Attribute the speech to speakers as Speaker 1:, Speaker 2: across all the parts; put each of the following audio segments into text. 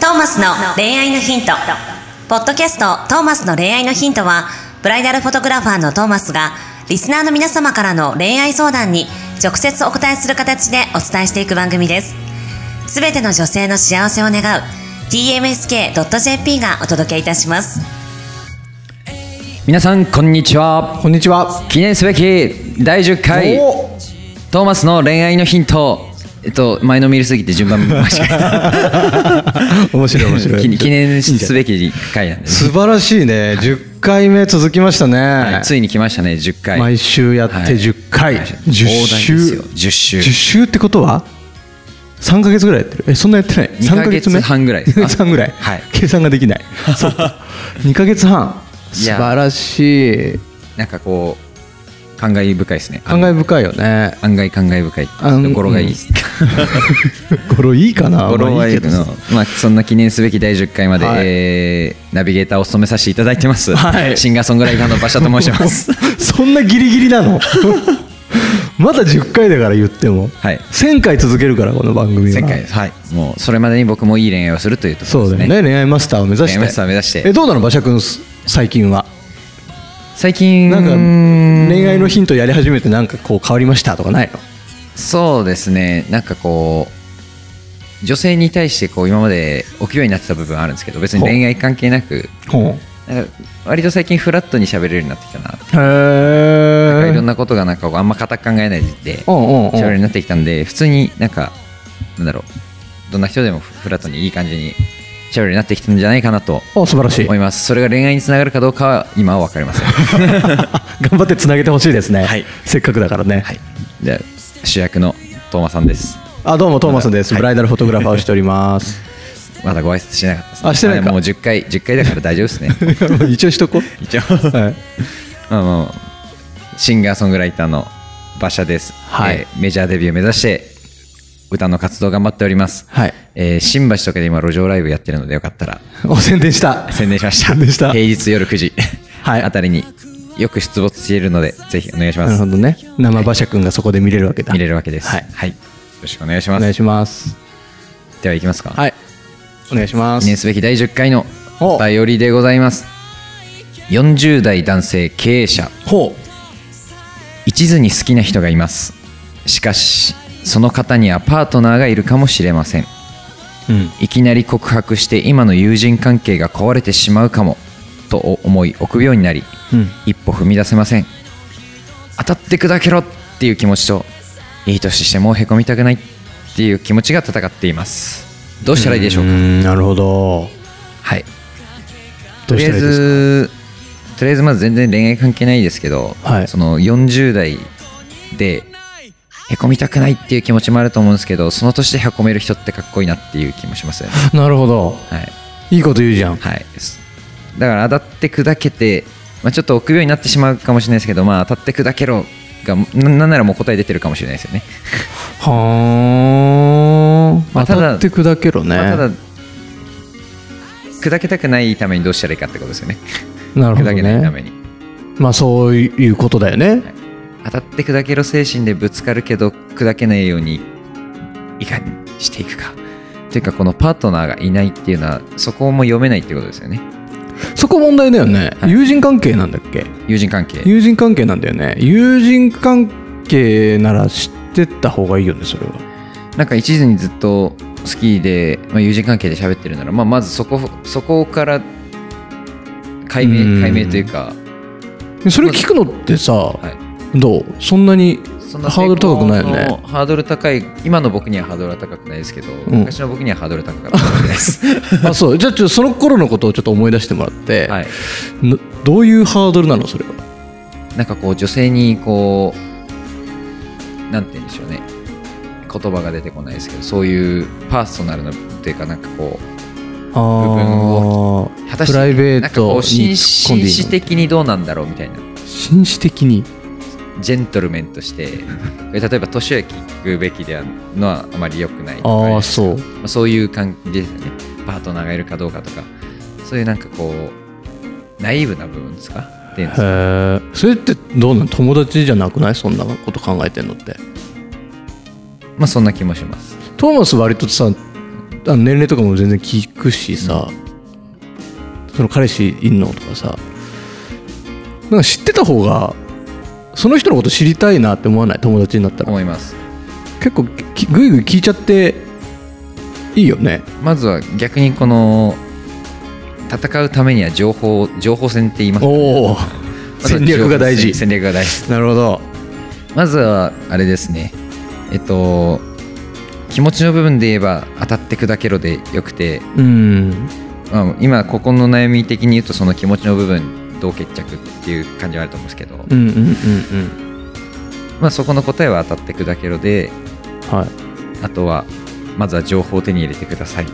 Speaker 1: トーマスの恋愛のヒント。ポッドキャストトーマスの恋愛のヒントは、ブライダルフォトグラファーのトーマスが、リスナーの皆様からの恋愛相談に直接お答えする形でお伝えしていく番組です。すべての女性の幸せを願う、tmsk.jp がお届けいたします。
Speaker 2: 皆さんこんにちは
Speaker 3: こんにちは。
Speaker 2: 記念すべき第10回
Speaker 3: お
Speaker 2: トーマスの恋愛のヒントえっと前の見るすぎて順番間違えた
Speaker 3: 面白い面白い。
Speaker 2: 記記念すべき回なんです、
Speaker 3: 素晴らしいね。10回目続きましたね。
Speaker 2: はいついに来ましたね10回
Speaker 3: 毎週やって
Speaker 2: はい
Speaker 3: 10回。
Speaker 2: はい
Speaker 3: 10週。
Speaker 2: 大台ですよ10週
Speaker 3: 10週ってことは3ヶ月ぐらいやってるえそんなやってない
Speaker 2: 二
Speaker 3: 3ヶ月目
Speaker 2: ヶ月半ぐらい ですか
Speaker 3: 三ぐらい、
Speaker 2: はい
Speaker 3: 計算がで きないそうか2ヶ月半素
Speaker 2: いや
Speaker 3: 晴らしい
Speaker 2: なんかこう感慨深いですね
Speaker 3: 感慨深いよ ね
Speaker 2: 案外感慨深い
Speaker 3: あの
Speaker 2: 語呂がいいです
Speaker 3: 語呂いいかな
Speaker 2: 語呂
Speaker 3: まあ
Speaker 2: はいい
Speaker 3: いけ
Speaker 2: け
Speaker 3: ど
Speaker 2: どまあそんな記念すべき第10回まで、
Speaker 3: はい
Speaker 2: えーナビゲーターを務めさせていただいてます、
Speaker 3: はい
Speaker 2: シンガーソングライターの馬車と申します
Speaker 3: そんなギリギリ なのまだ10回だから言っても、
Speaker 2: はい
Speaker 3: 1000回続けるからこの番組は
Speaker 2: 前回ですはいもうそれまでに僕もいい恋愛をするというとこ
Speaker 3: そ
Speaker 2: ろ
Speaker 3: う
Speaker 2: で
Speaker 3: だ
Speaker 2: す
Speaker 3: よ
Speaker 2: ね
Speaker 3: ね恋愛マスターを目指して
Speaker 2: 恋愛マスターを目指して
Speaker 3: えどうなの馬車君最近は
Speaker 2: 最近
Speaker 3: なんか恋愛のヒントやり始めてなんかこう変わりましたとかないの
Speaker 2: そうですねなんかこう女性に対してこう今まで臆病になってた部分はあるんですけど別に恋愛関係なく
Speaker 3: ほ
Speaker 2: なんか割と最近フラットに喋れるようになってきたな
Speaker 3: うへ
Speaker 2: なんかいろん
Speaker 3: な
Speaker 2: なことがなんかこうあんま固く考えないで
Speaker 3: うんうん
Speaker 2: 喋れるよう
Speaker 3: うん
Speaker 2: になってきたんで普通になんかなんだろうどんな人でもフラットにいい感じに喋れるようになってきたんじゃないかなと
Speaker 3: お素晴らしい
Speaker 2: 思いますそれが恋愛につながるかどうかは今は分かりません
Speaker 3: 頑張ってつなげてほしいですね、
Speaker 2: はい
Speaker 3: せっかくだからね、
Speaker 2: じゃあ主役のトーマさんです
Speaker 3: あどうもトーマスです、
Speaker 2: はい
Speaker 3: ブライダルフォトグラファーをしております
Speaker 2: まだご挨拶しなかったです、ね、
Speaker 3: あしてないか
Speaker 2: まあもう10回10回だから大丈夫ですね
Speaker 3: 一応しとこ
Speaker 2: 一応
Speaker 3: う、はい、
Speaker 2: まあまあシンガーソングライターの馬車です、
Speaker 3: はい
Speaker 2: ーメジャーデビュー目指して歌の活動頑張っております、
Speaker 3: はい
Speaker 2: えー新橋とかで今路上ライブやってるのでよかったら
Speaker 3: お宣伝した
Speaker 2: 宣伝しました
Speaker 3: 宣伝した
Speaker 2: 平日夜9時、
Speaker 3: はい
Speaker 2: あたりによく出没しているのでぜひお願いしま
Speaker 3: なる
Speaker 2: す
Speaker 3: ほどね生馬車くんがそこで見れるわけだ
Speaker 2: 見れるわけです、
Speaker 3: はい、
Speaker 2: よろしくお願いしま
Speaker 3: お
Speaker 2: す
Speaker 3: 願いします
Speaker 2: では行きますか、
Speaker 3: はいお願いしま
Speaker 2: 記念
Speaker 3: す
Speaker 2: すべき第10回の
Speaker 3: お
Speaker 2: お便りでございます40代男性経営者
Speaker 3: ほ
Speaker 2: 一途に好きな人がいますしかしその方にはパートナーがいるかもしれません
Speaker 3: う、うん、
Speaker 2: いきなり告白して今の友人関係が壊れてしまうかもと思い臆病になり、
Speaker 3: うん
Speaker 2: 一歩踏み出せません当たって砕けろっていう気持ちといい年してもうへこみたくないっていう気持ちが戦っていますどうしたらいいでしょうか
Speaker 3: んなるほど
Speaker 2: はいと
Speaker 3: どう
Speaker 2: り
Speaker 3: し
Speaker 2: あえ
Speaker 3: たらいいですか
Speaker 2: ずとりあえずまず全然恋愛関係ないですけど、
Speaker 3: はい
Speaker 2: その40代でへこみたくないっていう気持ちもあると思うんですけどその年でへこめる人ってかっこいいなっていう気もします よね
Speaker 3: なるほど
Speaker 2: はい、
Speaker 3: いいこと言うじゃん
Speaker 2: はい、すだから当たって砕けて、まあ、ちょっと臆病になってしまうかもしれないですけど、まあ、当たって砕けろがななんならもう答え出てるかもしれないですよね
Speaker 3: はあ、
Speaker 2: まあ
Speaker 3: 当
Speaker 2: た
Speaker 3: た
Speaker 2: だ
Speaker 3: って砕けろね、
Speaker 2: まあ、ただ砕けたくないためにどうしたらいいかってことですよね
Speaker 3: なるほど
Speaker 2: 砕けないた
Speaker 3: ね
Speaker 2: めに
Speaker 3: まあそういうことだよね、
Speaker 2: 当たって砕けろ精神でぶつかるけど砕けないようにいかにしていくかっていうかこのパートナーがいないっていうのはそこも読めないってことですよね
Speaker 3: そこ問題だよね、
Speaker 2: はい
Speaker 3: 友人関係なんだっけ
Speaker 2: 友人関係
Speaker 3: 友人関係なんだよね友人関係なら知ってった方がいいよねそれは
Speaker 2: なんか一途にずっと好きで、まあ、友人関係で喋ってるなら、まあ、まずそこそこから解
Speaker 3: うん
Speaker 2: 明解明というか、
Speaker 3: でそれ聞くのってさ、
Speaker 2: はい、
Speaker 3: どうそんな に
Speaker 2: そんな
Speaker 3: ハードル高くないよね
Speaker 2: 成功のハードル高い今の僕にはハードルは高くないですけど、
Speaker 3: ん
Speaker 2: 昔の僕にはハードル高かったかもしれないです、
Speaker 3: あそうじゃあちょっとその頃のことをちょっと思い出してもらって、
Speaker 2: はい、
Speaker 3: などういうハードルなのそれは
Speaker 2: なんかこう女性にこうなんて言うんでしょうね言葉が出てこないですけどそういうパーソナルなっていうかなんかこう
Speaker 3: あー
Speaker 2: 果たして
Speaker 3: プライベ
Speaker 2: なん
Speaker 3: ー
Speaker 2: かこ
Speaker 3: ト
Speaker 2: う紳
Speaker 3: に突っ込
Speaker 2: 紳
Speaker 3: んでいい
Speaker 2: 士的にどうなんだろうみたいな
Speaker 3: の紳士的に
Speaker 2: ジェントルメンとして 例えば年を聞くべきであるのはあまり良くないとか
Speaker 3: ああそう
Speaker 2: まあそういう感じですよねパートナーがいるかどうかとかそういうなんかこうナイーブな部分ですかっていうんですか
Speaker 3: へえそれってどうなん友達じゃなくないそんなこと考えてんのって
Speaker 2: まあそんな気もします
Speaker 3: トーマス割とさあの年齢とかも全然聞くしさ、その彼氏いんのとかさなんか知ってた方がその人のこと知りたいなって思わない友達になったら
Speaker 2: 思います
Speaker 3: 結構きぐいぐい聞いちゃっていいよね
Speaker 2: まずは逆にこの戦うためには情報情報戦って言いますかね
Speaker 3: お
Speaker 2: ま
Speaker 3: お
Speaker 2: ずは
Speaker 3: 戦略が大
Speaker 2: 情報
Speaker 3: 事
Speaker 2: 戦戦略が大事
Speaker 3: なるほど
Speaker 2: まずはあれですねえっと気持ちの部分で言えば当たって砕けろでよくて、
Speaker 3: うん
Speaker 2: まあ、今ここの悩み的に言うとその気持ちの部分どう決着っていう感じはあると思うんですけど、
Speaker 3: うんうんうんうん
Speaker 2: まあ、そこの答えは当たって砕けろで
Speaker 3: はい
Speaker 2: あとはまずは情報を手に入れてくださいっ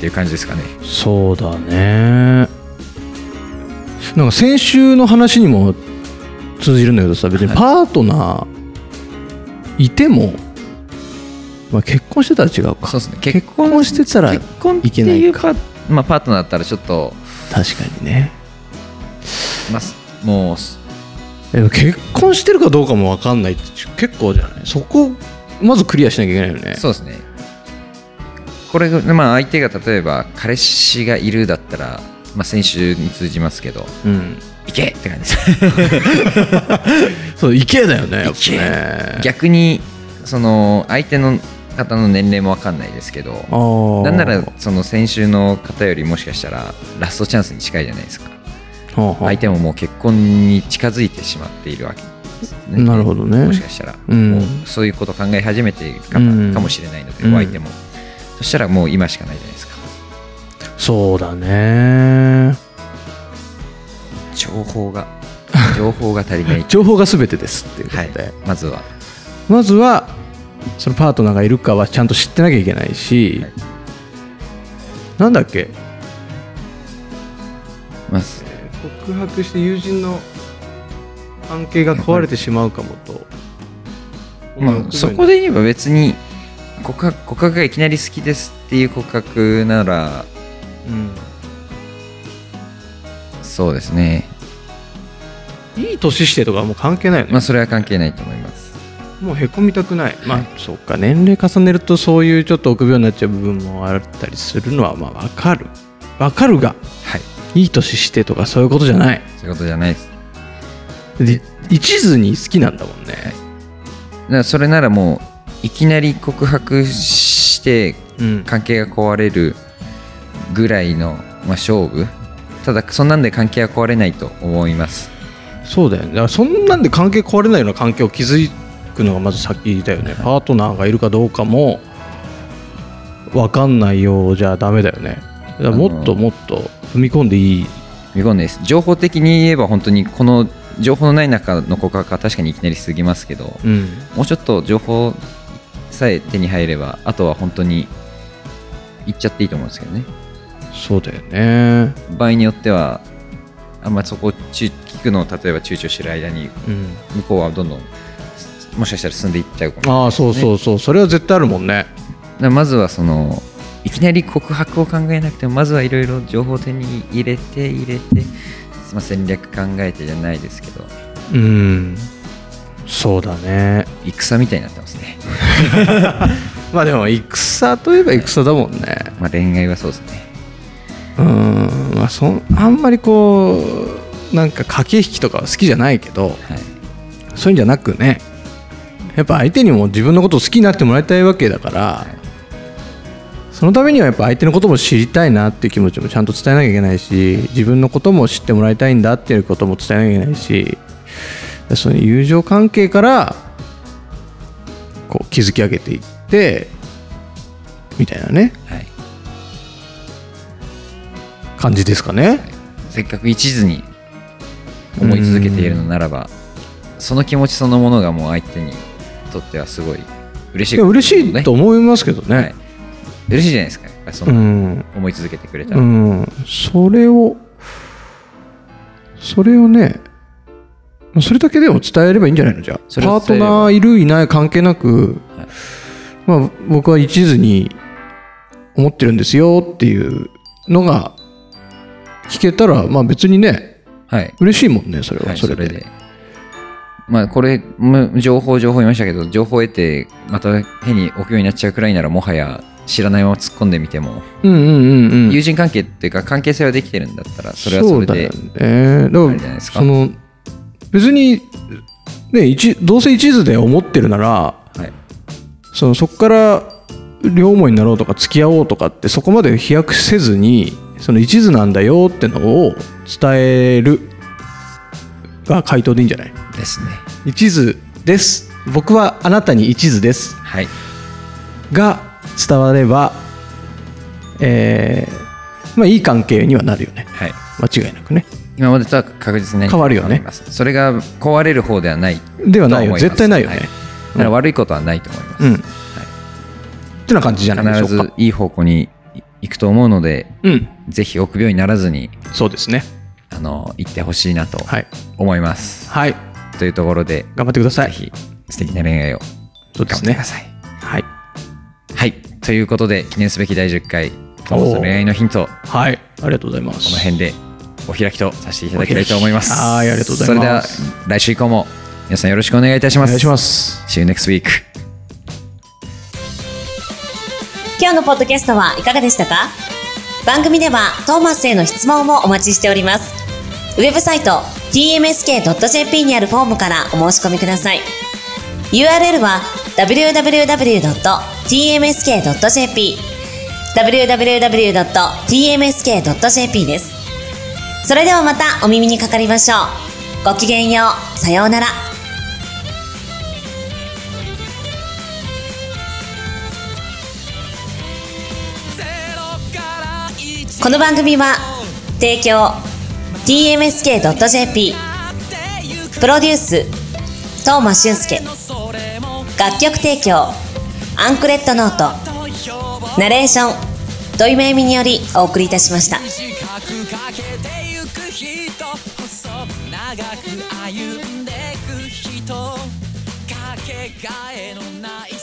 Speaker 2: ていう感じですかね
Speaker 3: そうだねなんか先週の話にも通じるんだけどさ別に
Speaker 2: はい
Speaker 3: パートナーいても、まあ、結婚してたら違うか
Speaker 2: そうですね結
Speaker 3: 結婚してたら確
Speaker 2: 結婚って
Speaker 3: い
Speaker 2: い
Speaker 3: け
Speaker 2: うパ,、まあ、パートナーだったらちょっと、
Speaker 3: かにね
Speaker 2: まあす、もうす
Speaker 3: でも結婚してるかどうかも分かんないって結構じゃないそこまずクリアしなきゃいけないよね
Speaker 2: そうですねこれが、まあ、相手が例えば彼氏がいるだったら、まあ、先週に通じますけど
Speaker 3: うん
Speaker 2: いけって感じです
Speaker 3: そういけだよねやっ
Speaker 2: いけ
Speaker 3: ぱね
Speaker 2: 逆にその相手の方の年齢も分かんないですけど
Speaker 3: あー
Speaker 2: なんならその先週の方よりもしかしたらラストチャンスに近いじゃないですか
Speaker 3: はあはあ
Speaker 2: 相手ももう結婚に近づいてしまっているわけですね
Speaker 3: なるほどね
Speaker 2: もしかしたら、
Speaker 3: うん
Speaker 2: もうそういうことを考え始めている方
Speaker 3: うん
Speaker 2: かもしれないので、
Speaker 3: うん
Speaker 2: お相手もそしたらもう今しかないじゃないですか
Speaker 3: そうだね
Speaker 2: 情報が 情報が足りない
Speaker 3: 情報が全てですっていうこと
Speaker 2: は
Speaker 3: で、
Speaker 2: いまずは
Speaker 3: まずはそのパートナーがいるかはちゃんと知ってなきゃいけないし、
Speaker 2: はい
Speaker 3: なんだっけ
Speaker 2: まず
Speaker 3: 告白して友人の関係が壊れてしまうかもと、
Speaker 2: まあ、そこ
Speaker 3: で
Speaker 2: で言えば別に告白告白がいきなり好きですっていう告白ならそうですね
Speaker 3: いい年してとかはもう関係ないよね、
Speaker 2: まあそれは関係ないと思います
Speaker 3: もうへこみたくないまあそうか年齢重ねるとそういうちょっと臆病になっちゃう部分もあったりするのはまあわかるわかるが
Speaker 2: はい
Speaker 3: いい年してとかそういうことじゃない
Speaker 2: そういうことじゃないです
Speaker 3: で一途に好きなんだもん
Speaker 2: だ
Speaker 3: ね、
Speaker 2: からそれならもういきなり告白して
Speaker 3: うん
Speaker 2: 関係が壊れるぐらいの、まあ、勝負ただそんなんで関係は壊れないと思います
Speaker 3: そうだよねだからそんなんで関係壊れないような関係を築くのがまず先だよね、パートナーがいるかどうかも分かんないようじゃダメだよねだからもっと
Speaker 2: あの
Speaker 3: もっと踏み込んでいい
Speaker 2: 見込んです情報的に言えば本当にこの情報のない中の告白は確かにいきなり過ぎますけど
Speaker 3: うん
Speaker 2: もうちょっと情報さえ手に入ればあとは本当に行っちゃっていいと思うんですけどね
Speaker 3: そうだよね
Speaker 2: 場合によってはあんまりそこをちゅ聞くのを例えば躊躇してる間に
Speaker 3: うん
Speaker 2: 向こうはどんどんもしかしたら進んでいっちゃうかも
Speaker 3: ああそうそうそうそれは絶対あるもんね
Speaker 2: だからまずはそのいきなり告白を考えなくてもまずはいろいろ情報を手に入れて入れて、まあ、戦略考えてじゃないですけど
Speaker 3: うんそうだね
Speaker 2: 戦みたいになってますね、
Speaker 3: まあでも戦といえば戦だもんね
Speaker 2: まあ、恋愛はそうですね
Speaker 3: うんまあそんあんまりこうなんか駆け引きとかは好きじゃないけ
Speaker 2: は
Speaker 3: ど
Speaker 2: い
Speaker 3: そういうんじゃなくねやっぱ相手にも自分のことを好きになってもらいたいわけだからそのためにはやっぱ相手のことも知りたいなっていう気持ちもちゃんと伝えなきゃいけないし自分のことも知ってもらいたいんだっていうことも伝えなきゃいけないしその友情関係からこう築き上げていってみたいなね
Speaker 2: はい、
Speaker 3: 感じですかね。
Speaker 2: せっかく一途に思い続けているのならばその気持ちそのものがもう相手にとってはすごい嬉しい
Speaker 3: いや嬉し
Speaker 2: ね
Speaker 3: いと思いますけど
Speaker 2: は
Speaker 3: ね
Speaker 2: い。、嬉しいじゃないですかやっぱりそうの
Speaker 3: ん
Speaker 2: 思い続けてくれたら、
Speaker 3: うん、それをそれをねまあそれだけでも伝えればいいんじゃないのじゃあ
Speaker 2: それ
Speaker 3: パ
Speaker 2: を
Speaker 3: ート
Speaker 2: 伝えれば
Speaker 3: ナーいるいない関係なく、
Speaker 2: はい
Speaker 3: まあ、僕は一途に思ってるんですよっていうのが聞けたら、まあ、別にね
Speaker 2: はい、
Speaker 3: 嬉しいもんねそれは、
Speaker 2: はい、
Speaker 3: そ
Speaker 2: そ
Speaker 3: れ
Speaker 2: れ
Speaker 3: で
Speaker 2: で。まあこれむ情報情報言いましたけど情報を得てまた変に置くようになっちゃうくらいならもはや知らないまま突っ込んでみても、
Speaker 3: うんうんうんう
Speaker 2: 友
Speaker 3: ん
Speaker 2: 人関係っていうか関係性はできてるんだったらそれはそれで
Speaker 3: そうだよね
Speaker 2: あれ
Speaker 3: だ
Speaker 2: じ
Speaker 3: か
Speaker 2: ゃない
Speaker 3: ら
Speaker 2: ですか
Speaker 3: その別にね一どうせ一途で思ってるなら
Speaker 2: はい
Speaker 3: そのそこから両思いになろうとか付き合おうとかってそこまで飛躍せずにその一途なんだよってのを伝えるが回答でいいんじゃない
Speaker 2: ですね
Speaker 3: 一途です僕はあなたに一途です
Speaker 2: はい
Speaker 3: が伝わればえーまあいい関係にはなるよね
Speaker 2: はい
Speaker 3: 間違いなくね
Speaker 2: 今までとは確実に
Speaker 3: 変わるよね
Speaker 2: 変りますそれが壊れる方ではない
Speaker 3: ではない
Speaker 2: と思
Speaker 3: よ
Speaker 2: ます
Speaker 3: 絶対ないよね、
Speaker 2: はだから悪いことはないと思います、
Speaker 3: うんってな感じじゃない
Speaker 2: 必
Speaker 3: でしょう
Speaker 2: ず
Speaker 3: か
Speaker 2: いい方向に行くと思うので
Speaker 3: うん
Speaker 2: ぜひ臆病にならずに
Speaker 3: そうですね
Speaker 2: あの行ってほしいなと
Speaker 3: はい
Speaker 2: 思います、
Speaker 3: はい
Speaker 2: というところで
Speaker 3: 頑張ってくださ
Speaker 2: ぜ
Speaker 3: い
Speaker 2: ひ素敵な恋愛を
Speaker 3: そう
Speaker 2: 頑
Speaker 3: で
Speaker 2: 張っ
Speaker 3: す
Speaker 2: て
Speaker 3: ね
Speaker 2: ください、
Speaker 3: はい
Speaker 2: はいということで記念すべき第10回「トーマスの恋愛のヒント」
Speaker 3: はいありがとうございます
Speaker 2: この辺でお開きとさせていただきたいと思います
Speaker 3: お開きはいありがとうございます
Speaker 2: それでは来週以降も皆さんよろしくお願いいたしま
Speaker 3: お
Speaker 2: す
Speaker 3: 願いします
Speaker 2: See you next week
Speaker 1: 今日のポッドキャストはいかがでしたか番組ではトーマスへの質問もお待ちしておりますウェブサイト tmsk.jp にあるフォームからお申し込みください URL は www.tmsk.jp www.tmsk.jp ですそれではまたお耳にかかりましょうごきげんようさようならこの番組は提供 tmsk.jp プロデュース東間俊介楽曲提供アンクレットノートナレーション土井めいみによりお送りいたしました
Speaker 4: 短くかけてゆく人細長く歩んでく人かけがえのない